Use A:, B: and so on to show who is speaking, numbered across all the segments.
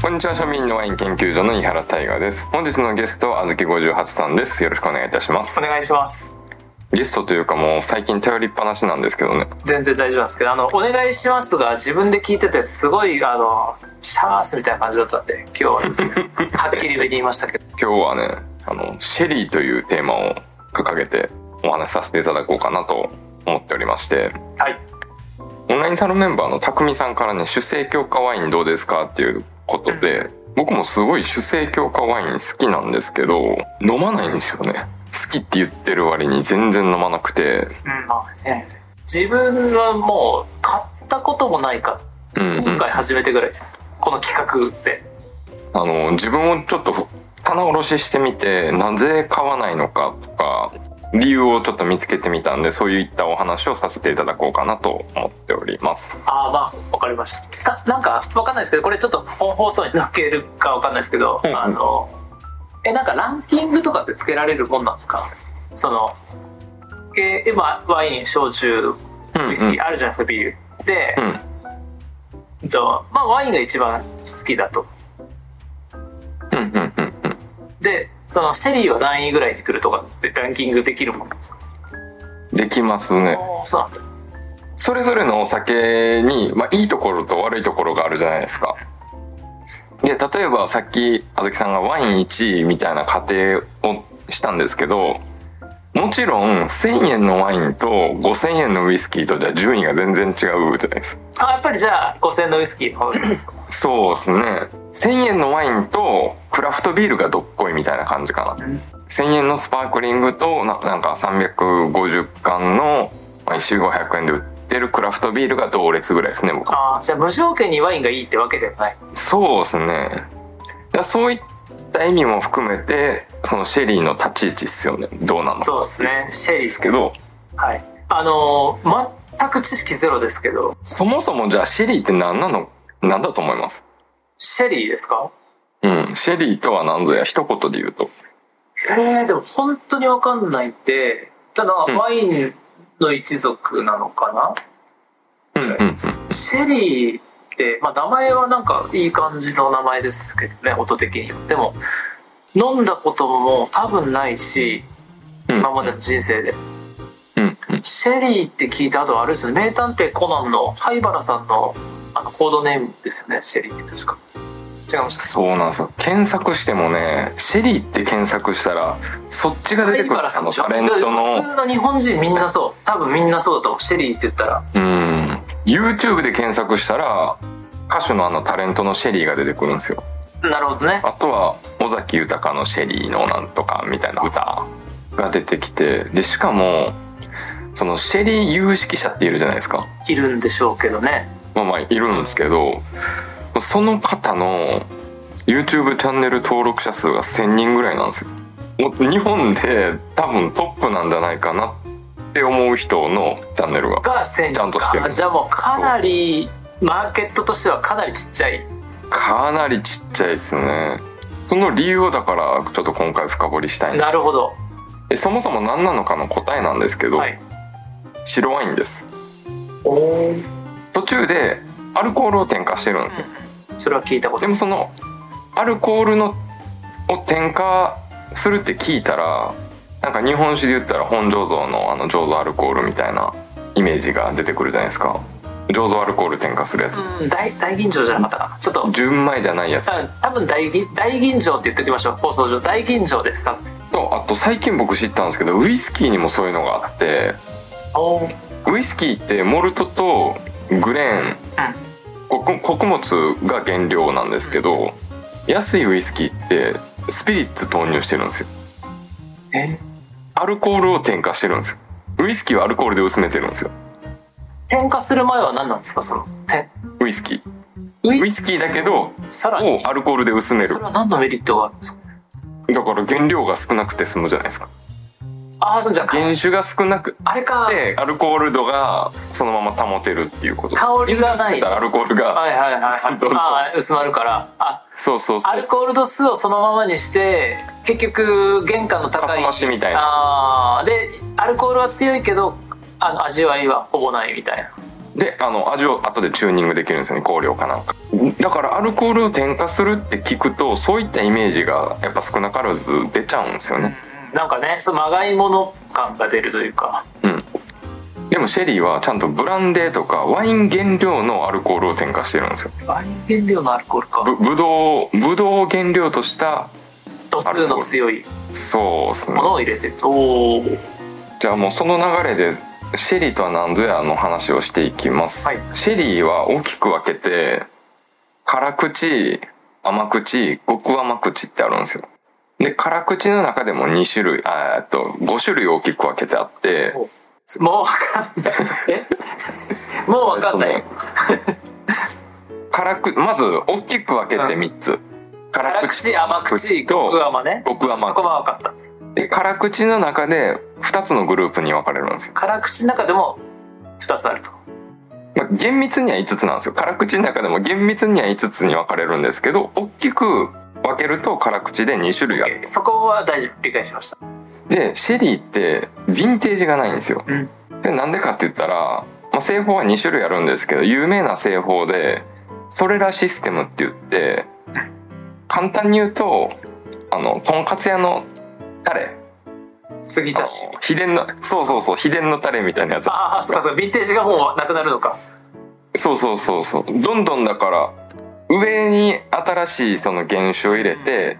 A: こんにちは庶民のワイン研究所の井原大河です本日のゲストあずき58さんですよろしくお願いいたします
B: お願いします
A: ゲストというかもう最近頼りっぱなしなんですけどね
B: 全然大丈夫なんですけどあの「お願いします」とか自分で聞いててすごいあのシャースみたいな感じだったんで今日 ははっきりめに言いましたけど
A: 今日はねあのシェリーというテーマを掲げてお話しさせていただこうかなと思っておりまして
B: はい
A: オンラインサロンメンバーのたくみさんからね主成強化ワインどうですかっていうことで、僕もすごい主成強化ワイン好きなんですけど飲まないんですよね好きって言ってる割に全然飲まなくて
B: うんまあね自分はもう買ったこともないか
A: うんうん
B: 今回初めてぐらいです、この企画で
A: あの自分をちょっと棚卸ししてみてなぜ買わないのかとか理由をちょっと見つけてみたんでそういったお話をさせていただこうかなと思っております
B: ああまあわかりましたたなんかわかんないですけどこれちょっと本放送に載っけるかわかんないですけど、
A: うんうん
B: あのえなんかランキングとかってつけられるもんなんですかそのえ今ワイン焼酎
A: うんうん
B: ウイスキーあるじゃないですか、ビールで、
A: うん
B: えっとまあ、ワインが一番好きだと
A: うんうんうんうん
B: でそのシェリーは何位ぐらいに来るとかってランキングできるもんなんですか
A: できますね
B: おーそうなんだ
A: それぞれのお酒に、まあ、いいところと悪いところがあるじゃないですかで例えばさっきあずきさんがワイン1位みたいな仮定をしたんですけどもちろん1,000円のワインと5,000円のウイスキーとじゃ順位が全然違うじゃないですか
B: あやっぱりじゃあ5000のウイスキーの方です と
A: そうですね1,000円のワインとクラフトビールがどっこいみたいな感じかな
B: うん
A: 1,000円のスパークリングとななんか350缶の1周500円で売ってるクラフトビールが同列ぐらいですね僕
B: あーじゃあ無条件にワインがいいってわけではない
A: そうですねだからそういった意味も含めてそのシェリーの立ち位置っすよねどうなの
B: そうですねシェリーで
A: ですけど
B: はいあのー全く知識ゼロですけど
A: そもそもじゃあシェリーって何なの何だと思います
B: シェリーですか
A: うんシェリーとは何ぞや一言で言うと
B: えー、でも本当にわかんないんでただ
A: うん
B: ワインの一族なのかな、
A: うんうんうん
B: シェリーって、まあ、名前はなんかいい感じの名前ですけどね音的にはでも飲んだことももう多分ないし
A: うん
B: 今までの人生で、
A: うんうん
B: シェリーって聞いた後はあれですよね名探偵コナンの灰原さんのあのコードネームですよねシェリーって確か違いました
A: そうなんですよ検索してもねシェリーって検索したらそっちが出て
B: 灰
A: くる
B: 原
A: あ
B: さんで
A: の
B: しょ
A: タレント
B: で
A: の
B: 普通の日本人みんなそう多分みんなそうだと思うシェリーって言ったら
A: うん YouTube で検索したら歌手のあのタレントのシェリーが出てくるんですよ
B: なるほどね
A: あとは尾崎豊の「シェリーのなんとか」みたいな歌が出てきてでしかもそのシェリー有識者っているじゃないですか
B: いるんでしょうけどね
A: まあまあいるんですけどその方の YouTube チャンネル登録者数が1,000人ぐらいなんですよ。もう日本で多分トップなんじゃないかなって思う人のチャンネルが
B: が1000
A: ちゃんとしてる
B: あじゃあもうかなりマーケットとしてはかなりちっちゃい
A: かなりちっちゃいですね。その理由をだからちょっと今回深掘りしたいな
B: なるほど
A: でそもそも何なのかの答えなんですけど、
B: はい
A: 白ワインです
B: おお
A: 途中でアルコールを添加してるんですよ
B: それは聞いたこと
A: でもそのアルコールのを添加するって聞いたらなんか日本酒で言ったら本醸造のあの醸造アルコールみたいなイメージが出てくるじゃないですか醸造アルコール添加するやつ
B: うん大大吟醸じゃなかったかなちょっと
A: 純米じゃないやつ
B: 多分多分大吟大吟醸って言っておきましょう放送上大吟醸です多
A: とあと最近僕知ったんですけどウイスキーにもそういうのがあって
B: おお
A: ウイスキーってモルトとグレーン穀穀物が原料なんですけど安いウイスキーってスピリッツ投入してるんですよ
B: え
A: アルコールを添加してるんですよウイスキーはアルコールで薄めてるんですよ
B: 添加する前は何なんですかそのて
A: ウイスキー
B: ウ
A: ウイスキーだけど
B: さらに
A: をアルコールで薄め
B: そ
A: る
B: れは何のメリットがあるんですか
A: だから原料が少なくて済むじゃないですか
B: ああそうじゃあ
A: 原酒が少なく
B: あれか
A: てアルコール度がそのまま保てるっていうこと
B: 香りがない
A: 水薄めたらアルコールが
B: はいはいはいはい
A: どんどん
B: ああ薄まるからあ
A: そうそうそ
B: ア
A: う
B: ルコール度数をそのままにして結局原価の
A: か
B: 高
A: さ
B: い
A: 増しみたいな
B: あーでアルコールは強いけどあの味わいはほぼないみたいな
A: であの味を後でチューニングできるんですよね香料かなんかだからアルコールを添加するって聞くとそういったイメージがやっぱ少なからず出ちゃうんですよね
B: なんかねそのまがいもの感が出るというか
A: でもシェリーはちゃんとブランデーとかワイン原料のアルコールを添加してるんですよ
B: ワイン原料のアルコールか
A: ぶぶどうぶどうを原料とした
B: 度数の強い
A: そうですね
B: ものを入れてるおお
A: じゃあもうその流れでシェリーとは何ぞやの話をしていきます、
B: はい
A: シェリーは大きく分けて辛口甘口極甘口ってあるんですよで辛口の中でも2種類あえっと5種類大きく分けてあって
B: もう分かんない えもう分かんないよ
A: 辛くまず大きく分けて3つ、
B: 辛口甘口極甘ね
A: 極
B: そこ
A: 甘
B: は分かった
A: で辛口の中で2つのグループに分かれるんですよ、
B: 辛口の中でも2つあると
A: まあ、厳密には5つなんですよ辛口の中でも厳密には5つに分かれるんですけど大きく分けると辛口で2種類ある
B: そこは大丈夫理解しました
A: でシェリーってヴィンテージがないんですよ、
B: うん
A: それなんでかって言ったら、まあ、製法は2種類あるんですけど有名な製法でそれらシステムって言って簡単に言うとあのとんかつ屋のタレ
B: 杉
A: あ
B: 田
A: の
B: 氏
A: 秘伝のそうそうそう秘伝のタレみたいなやつ
B: ああそうかそうかヴィンテージがもうなくなるのか
A: そうそうそうそうどんどんだから上に新しいその原酒を入れて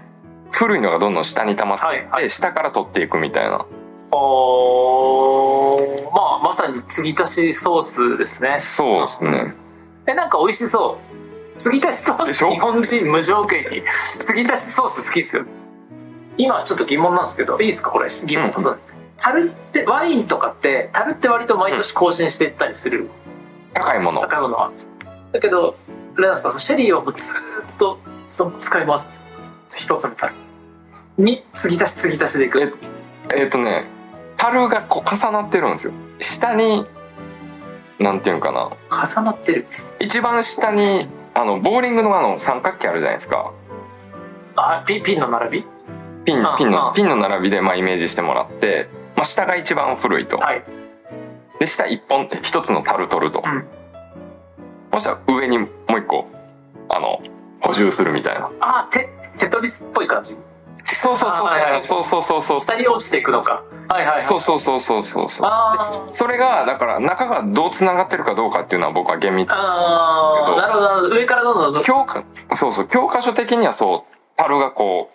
A: 古いのがどんどん下に溜まって
B: はいはい
A: で下から取っていくみたいな
B: おーまあまさに継ぎ足しソースですね
A: そうですね
B: えなんか美味しそう継ぎ足しソー
A: で
B: ス
A: しょ
B: 日本人無条件に継ぎ足しソース好きですよ今ちょっと疑問なんですけどいいですかこれ疑問
A: うん
B: そう樽ってワインとかって樽って割と毎年更新していったりする
A: 高いもの
B: 高いものはだけどあれなんですかそのシェリーをもうずーっとその使います一つの樽に継ぎ足し継ぎ足しでいく
A: ええっ、とね樽がこう重なってるんですよ下になんていうんかな
B: 重なってる
A: 一番下にあのボーリングのあの三角形あるじゃないですか
B: あピピンの並び
A: ピン
B: あ
A: ピン
B: あ
A: のピンの並びでまあイメージしてもらって、まあ、下が一番古いと、
B: はい
A: で下一本って一つの樽取ると、
B: うん
A: そしたら上にもう一個あの補充するみたいな
B: あテテトリスっぽい感じ
A: そうそう
B: あはいはい
A: そうそうそうそうそう
B: 下に落ちていくのかはいはいはい
A: そうそうそうそうそうそう
B: あー
A: それがだから中がどうつながってるかどうかっていうのは僕は厳密
B: あ
A: ですけ
B: ー
A: ど
B: なるほどなるほど上からどんどんどん
A: 教科そうそう教科書的にはそう樽がこう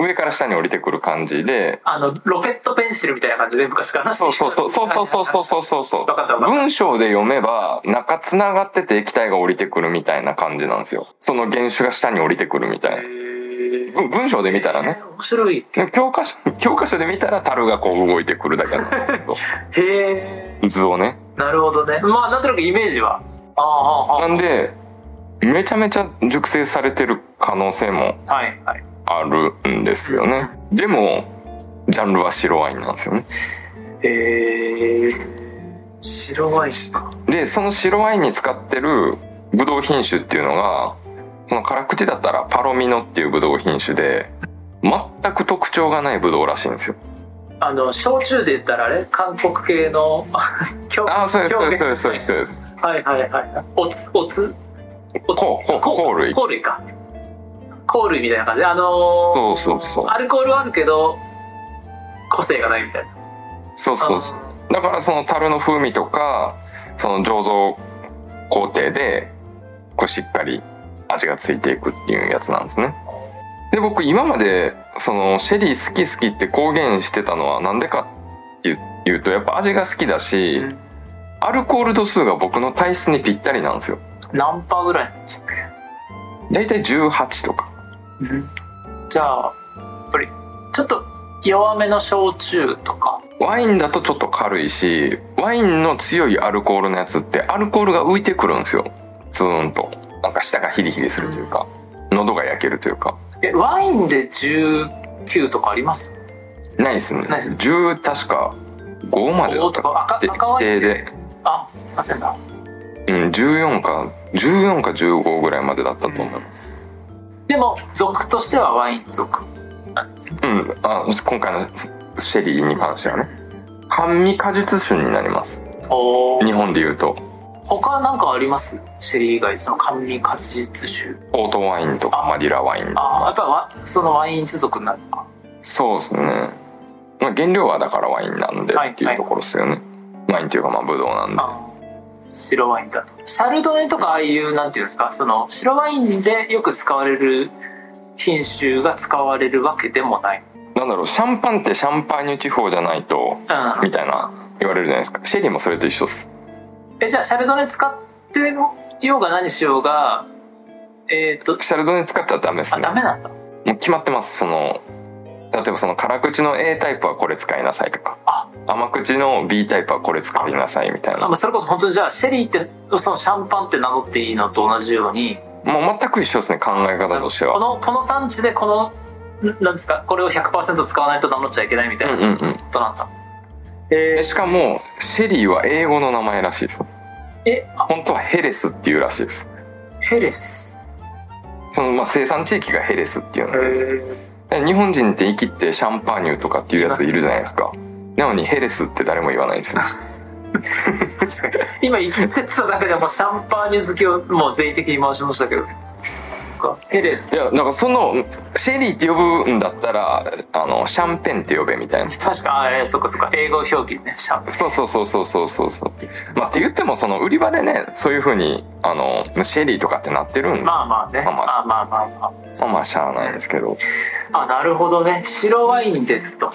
A: 上から下に降りてくる感じで
B: あのロケットペンシルみたいな感じで昔から
A: そうそうそうそうそうそうそううそうそうそう
B: 分かった分かっ
A: 文章で読めば中つながってて液体が降りてくるみたいな感じなんですよその原種が下に降りてくるみたいな
B: たへー
A: ぶ文章で見たらね
B: えー面白い
A: でも教科書教科書で見たら樽がこう動いてくるだけなんですけど
B: へえ
A: 図をね
B: なるほどねまあなんとなくイメージはあーあー
A: な
B: あ
A: んでめちゃめちゃ熟成されてる可能性も
B: ーはいはい
A: あるんですよねでもジャンルは白ワインなんですよね
B: へえ白ワインか
A: でその白ワインに使ってるブドウ品種っていうのがその辛口だったらパロミノっていうブドウ品種で全く特徴がないブドウらしいんですよ
B: あの焼酎で言ったらあれ韓国系の 今日
A: ああそうですそう
B: 表
A: で
B: 現
A: すそうですそうですそうです
B: はいはいはい。おつ、おつ。おつ
A: こうこう
B: こ
A: こう類
B: 香類か。香類みたいな感じ。あのー
A: そうそうそう
B: アルコールはあるけど、個性がないみたいな。
A: そうそうそうだからその樽の風味とかその醸造工程でこうしっかり味がついていくっていうやつなんですねで僕今までそのシェリー好き好きって公言してたのはなんでかっていうとやっぱ味が好きだし、
B: うん
A: アルコール度数が僕の体質にぴったりなんですよ
B: 何パーぐらいでしたっけ
A: だいたい18とか
B: じゃあ、やっぱり、ちょっと弱めの焼酎とか。
A: ワインだとちょっと軽いしワインの強いアルコールのやつってアルコールが浮いてくるんですよツーンとなんか舌がヒリヒリするというか喉が焼けるというか
B: え、ワインで19とかあります
A: ないですね
B: ないっすね
A: 10確か5までだった
B: 5とか
A: か
B: 赤
A: で
B: 赤ワ
A: 規
B: イ
A: 定
B: ン
A: で、
B: あ、あってんだ。
A: うん、14か14か15ぐらいまでだったと思います
B: でも、属としてはワイン属なんですよ。
A: うんあ今回のシェリーに関してはね甘味果実酒になります
B: おー
A: 日本で言うと
B: 他なんかありますシェリー以外その甘味果実酒
A: オートワインとかマディラワインと
B: ああやっ
A: か
B: ぱわそのワイン一族になるのか
A: そうですね、まあ、原料はだからワインなんで
B: はい
A: っていうところですよね、ワインというかまあブドウなんで
B: あ白ワインだとシャルドネとかああいうなんていうんですかその白ワインでよく使われる品種が使われるわけでもない、
A: なんだろうシャンパンってシャンパーニュ地方じゃないと
B: うん、
A: みたいな言われるじゃないですかシェリーもそれと一緒っす
B: えじゃあシャルドネ使ってようが何しようがえっ、と
A: シャルドネ使っちゃダメです
B: あ
A: ね
B: ダメなんだ
A: もう決まってますその例えばその辛口の A タイプはこれ使いなさいとか
B: あ
A: 甘口の B タイプはこれ使いなさいみたい
B: あ
A: な
B: も
A: も
B: うそれこそ本当にじゃあシェリーってそのシャンパンって名乗っていいのと同じように
A: う全く一緒ですね考え方として
B: こ
A: は
B: のこの産地でこのんなんですかこれを100%使わないと名乗っちゃいけないみた
A: う
B: い
A: ん
B: な
A: うんうん
B: ことなんだ、
A: で
B: え
A: しかもシェリーは英語の名前らしいです
B: ーえあ
A: 本当はヘレスっていうらしいです
B: ヘレス
A: そのまあ生産地域がヘレスっていうん
B: へ
A: ですけど
B: ー
A: で日本人って生きてシャンパーニュとかっていうやついるじゃないですかなのにヘレスって誰も言わないんですよ
B: 確かに今生きてただけでもうシャンパーニュ好きをもう全員的に回しましたけどそっかヘレス
A: いやなんかそのシェリーって呼ぶんだったらあのシャンペンって呼べみたいな
B: 確かあえーそっかそっか英語表記ねシャンパ
A: そうそうそうそうそうそうそう。まあって言ってもその売り場でねそういう風にあのシェリーとかってなってるんで、ま
B: まあまあね
A: まあまあ
B: あまあまあまあ
A: あ、まあしゃあないんですけど。
B: あなるほどね白ワインですと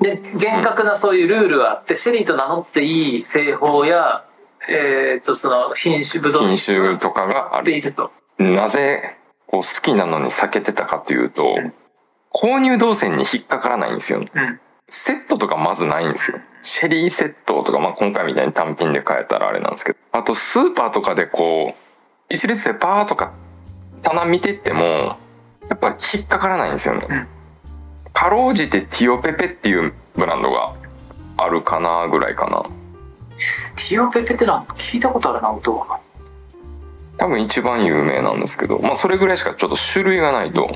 B: で厳格なそういうルールがあって、シェリーと名乗っていい製法やえっ、とその品種ブドウ
A: 飲酒とかがあ
B: って
A: る。
B: いると
A: なぜこう好きなのに避けてたかというと
B: うん
A: 購入動線に引っかからないんですよ。
B: うん
A: セットとかまずないんですよ。シェリーセットとか、まあ、今回みたいに単品で買えたらあれなんですけど。あと、スーパーとかでこう、一列でパーとか棚見てっても、やっぱ引っかからないんですよね
B: うん。
A: かろうじてティオペペっていうブランドがあるかなぐらいかな。
B: ティオペペってのは聞いたことあるな音は
A: 多分一番有名なんですけど、まあそれぐらいしかちょっと種類がないと。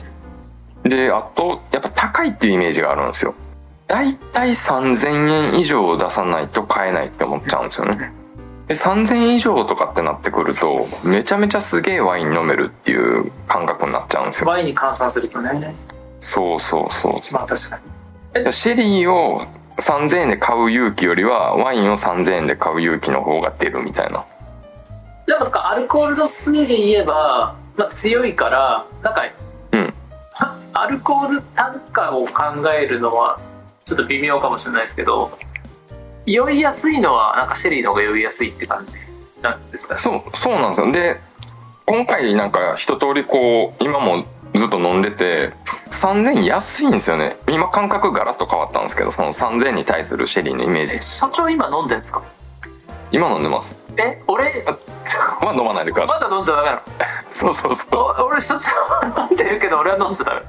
A: で、あと、やっぱ高いっていうイメージがあるんですよ。だいたい3000円以上出さないと買えないって思っちゃうんですよね。で、3000円以上とかってなってくると、めちゃめちゃすげえワイン飲めるっていう感覚になっちゃうんですよ。
B: ワインに換算するとね
A: そうそうそう。
B: まあ確かに
A: だからシェリーを3000円で買う勇気よりは、ワインを3000円で買う勇気の方が出るみたいな。
B: でもなんかアルコール度数で言えば、まあ、強いからなんか、
A: うん
B: アルコール単価を考えるのはちょっと微妙かもしれないですけど酔いやすいのはなんかシェリーの方が酔いやすいって感じなんですかね
A: そう、そうなんですよ。で、今回なんか一通りこう、今もずっと飲んでて、3000円安いんですよね。今感覚ガラッと変わったんですけど、その3000円に対するシェリーのイメージ
B: え。社長今飲んでんですか
A: 今飲んでます。
B: え俺
A: あまあ飲まないでください。
B: まだ飲んじゃダメな
A: そうそうそう。
B: のお俺社長は飲んでるけど俺は飲んじゃダメ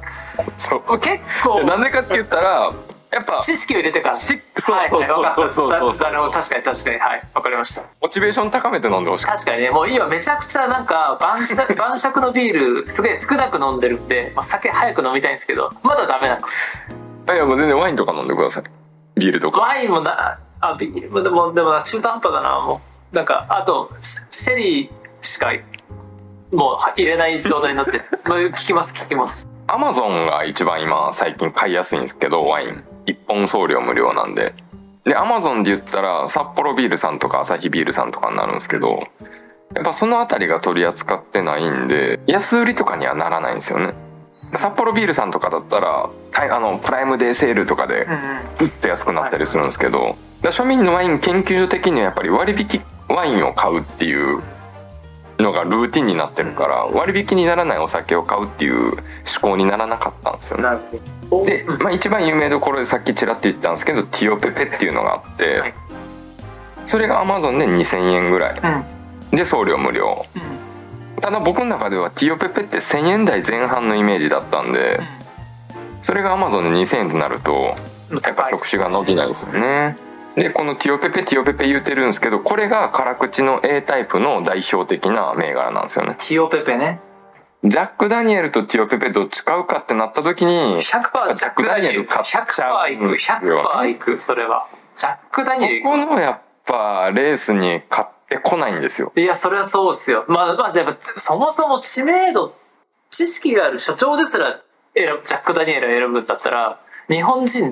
A: そう
B: 俺結
A: でな
B: 構
A: んでかって言ったら、やっぱ、
B: 知識を入れてから
A: しそうそうそうそう
B: はいはい
A: そう
B: わかった
A: そ
B: なるほど
A: う。
B: 確かに確かにはいわかりました
A: モチベーション高めて飲んでほしい。
B: 確かにねもう今めちゃくちゃ なんか晩酌晩酌のビールすげえ少なく飲んでるんで、まあ、酒早く飲みたいんですけどまだダメなの
A: いや、もう全然ワインとか飲んでください。ビールとか。
B: ワインもなあビールもでもでもな中途半端だなもうなんかあとシシェリーしかもう入れない状態になってる まあ聞きます聞きます
A: アマゾンが一番今最近買いやすいんですけどワイン一本送料無料なんででアマゾンで言ったら札幌ビールさんとかアサヒビールさんとかになるんですけどやっぱその辺りが取り扱ってないんで安売りとかにはならないんですよね札幌ビールさんとかだったらたあのプライムデーセールとかで
B: うんうん
A: グッと安くなったりするんですけど、だから庶民のワイン研究所的にはやっぱり割引ワインを買うっていうのがルーティンになってるから割引にならないお酒を買うっていう思考にならなかったんですよね。
B: なるほど
A: で、
B: うん
A: まあ、一番有名どころでさっきちらっと言ったんですけどティオペペっていうのがあって、
B: はい
A: それがアマゾンで2,000円ぐらい
B: うん
A: で送料無料
B: うんうん
A: ただ僕の中ではティオペペって1,000円台前半のイメージだったんでそれがアマゾンで2,000円となると
B: もう
A: やっぱ
B: 高い
A: 特殊が伸びないですよね。で、このティオペペティオペペ言うてるんですけど、これが辛口の A タイプの代表的な銘柄なんですよね。
B: ティオペペね
A: ジャック・ダニエルとティオペペどっち買うかってなった時に、
B: 100%ジャック・ダニエル
A: 買っちゃ
B: 100%いく
A: うんですよ
B: 100%いくそれはジャック・ダニエル
A: そこのやっぱレースに勝ってこないんですよ。
B: いや、それはそうっすよ。まあ、まあ、やっぱ、そもそも知名度、知識がある所長ですら選ぶ、ジャック・ダニエルを選ぶんだったら、日本人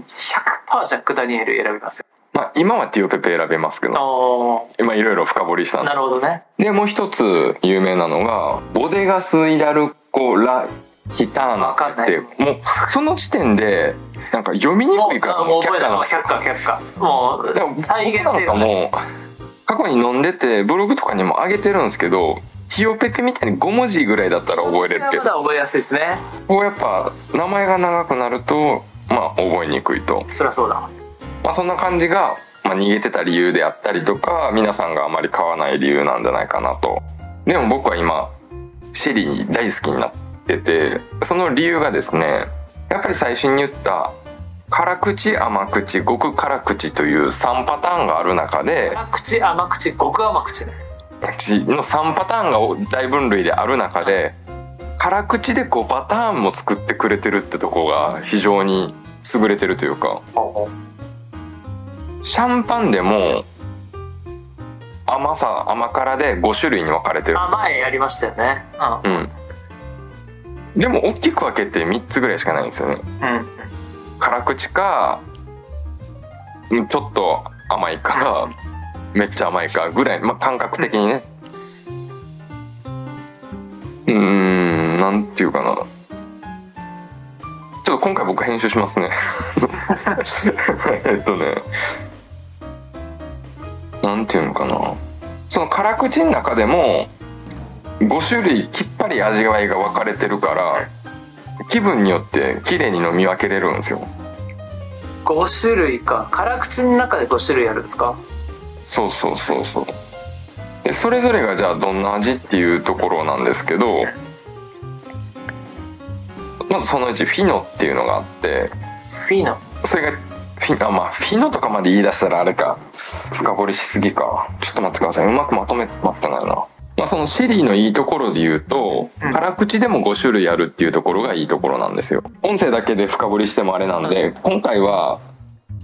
B: 100%ジャック・ダニエル選びますよ。
A: まあ今はティオペペ選べますけど、
B: あ
A: 今いろいろ深掘りした
B: あ、
A: んで
B: なるほどね。
A: でもう一つ有名なのがボデガス・イダルコ・ラ・ヒター
B: わかん
A: ナ
B: な
A: っ
B: い
A: てもうその時点でなんか読みにくいから
B: あもう
A: 却
B: 覚え
A: 下
B: た
A: なん
B: の
A: ですよ
B: 100か100か。も
A: だから
B: う、再現
A: 僕な
B: 性
A: んかもう過去に飲んでてブログとかにも上げてるんですけどティオペペみたいに5文字ぐらいだったら覚えれる
B: ま
A: け
B: だ
A: ど
B: 覚えやすいですね。
A: こうやっぱ名前が長くなるとまあ覚えにくいと、
B: そりゃそうだ。
A: まあ、そんな感じが、まあ、逃げてた理由であったりとか皆さんがあまり買わない理由なんじゃないかなとでも僕は今シェリー大好きになっててその理由がですねやっぱり最初に言った辛口甘口極辛口という3パターンがある中で
B: 甘口、甘口、極甘口ね。
A: の3パターンが大分類である中で辛口で5パターンも作ってくれてるってとこが非常に優れてるというかシャンパンでも甘さ甘辛で5種類に分かれてる、
B: 甘いやりましたよね。
A: うん、でも大きく分けて3つぐらいしかないんですよね
B: うん。うん。
A: 辛口かうんちょっと甘いかめっちゃ甘いかぐらい、まあ、感覚的にねうーんなんていうかなちょっと今回僕編集しますね えっとねなんていうのかなその辛口の中でも5種類きっぱり味わいが分かれてるから気分によって綺麗に飲み分けれるんですよ
B: 5種類か。辛口の中で5種類あるんですか
A: そうそうそうそうでそれぞれがじゃあどんな味っていうところなんですけどまずそのうちフィノっていうのがあって
B: フィーナ。
A: それがフィあまあフィノとかまで言い出したらあれか深掘りしすぎかちょっと待ってくださいうまくまとめてまったないな、まあ、そのシェリーのいいところで言うと
B: うん
A: 辛口でも5種類あるっていうところがいいところなんですよ音声だけで深掘りしてもあれなんで今回は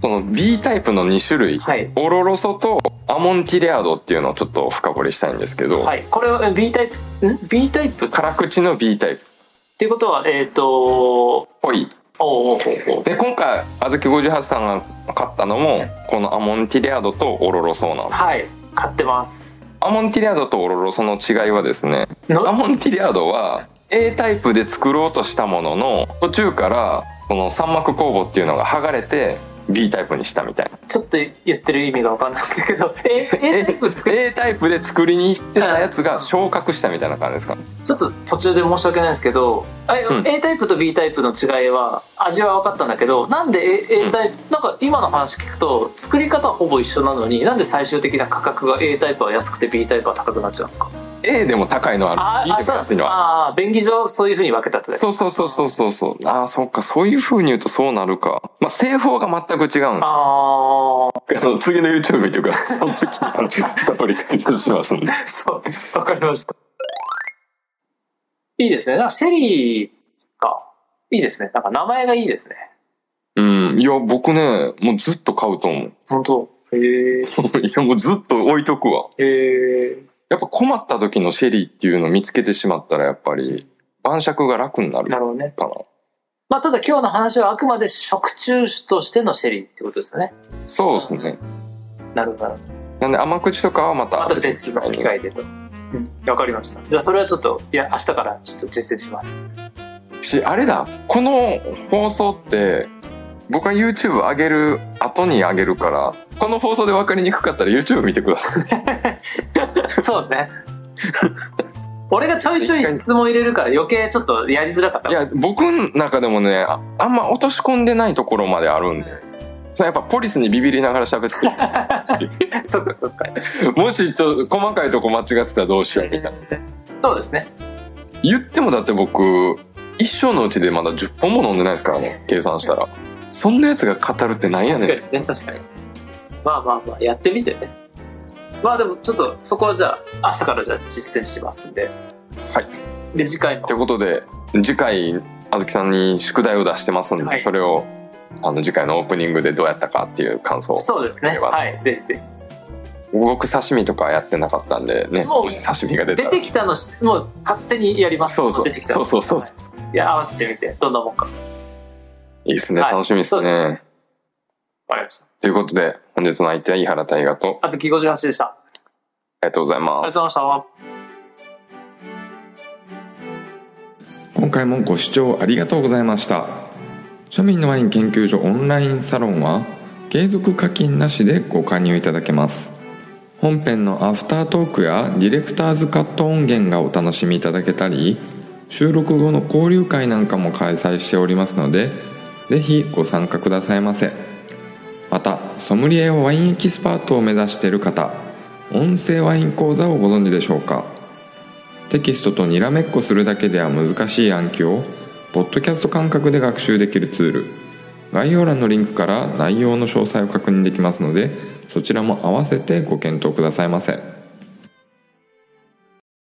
A: その B タイプの2種類
B: はい。
A: オロロソとアモンティレアドっていうのをちょっと深掘りしたいんですけど、
B: はい。これはえ B タイプ、ん ?B タイプか。
A: 辛口の B タイプっ
B: っていうことは、えっ、と、
A: ぽい
B: おうおうおうおう
A: で今回あずき58さんが買ったのもこのアモンティレアドとオロロソなんです
B: はい。買ってます。
A: アモンティレアドとオロロソの違いはですねア
B: の
A: モンティリアードは A タイプで作ろうとしたものの途中からこの三幕工房っていうのが剥がれて B タイプにしたみたいな
B: ちょっと言ってる意味が分かんないんだけど、え、A タイプ作
A: A タイプで作りに行ってたやつが昇格したみたいな感じですかね
B: ちょっと途中で申し訳ないんですけど、あ
A: うん
B: A タイプと B タイプの違いは味は分かったんだけどなんで A, A タイプ、なんか今の話聞くと作り方はほぼ一緒なのになんで最終的な価格が A タイプは安くて B タイプは高くなっちゃうんですか
A: A でも高いのある B でも安いのある
B: ああ便宜上そういうふうに分けたってだけ
A: そうそうそうそうそうそうああそっかそういう風に言うとそうなるかまあ製法が全く違うんで
B: ああ
A: すあの次の YouTube 見てください その時あの深掘り解説しますんで
B: そう分かりましたいいですねなんかシェリーかいいですねなんか名前がいいですね
A: うんいや僕ねもうずっと買うと思う
B: 本当へえ
A: いやもうずっと置いとくわ
B: へえ
A: やっぱ困った時のシェリーっていうのを見つけてしまったらやっぱり晩酌が楽になる
B: な
A: か
B: るほどね
A: な。
B: まあ、ただ今日の話はあくまで食中酒としてのシェリーってことですよね。
A: そうですね。
B: なるほどなるほ
A: な
B: ど。
A: んで甘口とかはまた
B: また別の機会でと。うん、わかりました。じゃあそれはちょっと、いや、明日からちょっと実践します。
A: し、あれだ、この放送って僕は YouTube 上げる後に上げるから、この放送で分かりにくかったら YouTube 見てください。
B: そうね。 俺がちょいちょい質問入れるから余計ちょっとやりづらかった。
A: いや、僕の中でもねあ、あんま落とし込んでないところまであるんで。そのやっぱポリスにビビりながら喋ってる
B: そっかそっか。
A: もしちょっと細かいとこ間違ってたらどうしようみたいな。
B: そうですね。
A: 言ってもだって僕一生のうちでまだ10本も飲んでないですからね計算したらそんなやつが語るってなんやね
B: 確
A: ん
B: かにね、確かに。まあまあまあ、やってみてね。まあでもちょっとそこはじゃあ明日からじゃあ実践しますんで。はい。で、次回も
A: ということで次回あずきさんに宿題を出してますんで、
B: はい
A: それをあの次回のオープニングでどうやったかっていう感想を
B: そうですね。
A: では
B: はい。ぜひぜひ。
C: 僕刺身とかやってなかったんでね
B: もう
C: もし刺身が出た
B: 出
C: ら
B: てきたのもう勝手にやります
C: そうそう
B: 出てきた
C: そ
B: の
C: うそうそうそう
B: いや合わせてみてどんなもんか
C: いいですね
B: はい
C: 楽しみですね
B: わかりました
C: ということで本日の相手は井原大河と
B: あずき58でしたあ
C: ありがとうございます
B: りがとうございました
A: 今回もご視聴ありがとうございました庶民のワイン研究所オンラインサロンは継続課金なしでご加入いただけます本編のアフタートークやディレクターズカット音源がお楽しみいただけたり収録後の交流会なんかも開催しておりますのでぜひご参加くださいませまたソムリエやワインエキスパートを目指している方音声ワイン講座をご存知でしょうかテキストとにらめっこするだけでは難しい暗記をポッドキャスト感覚で学習できるツール概要欄のリンクから内容の詳細を確認できますのでそちらも合わせてご検討くださいませ。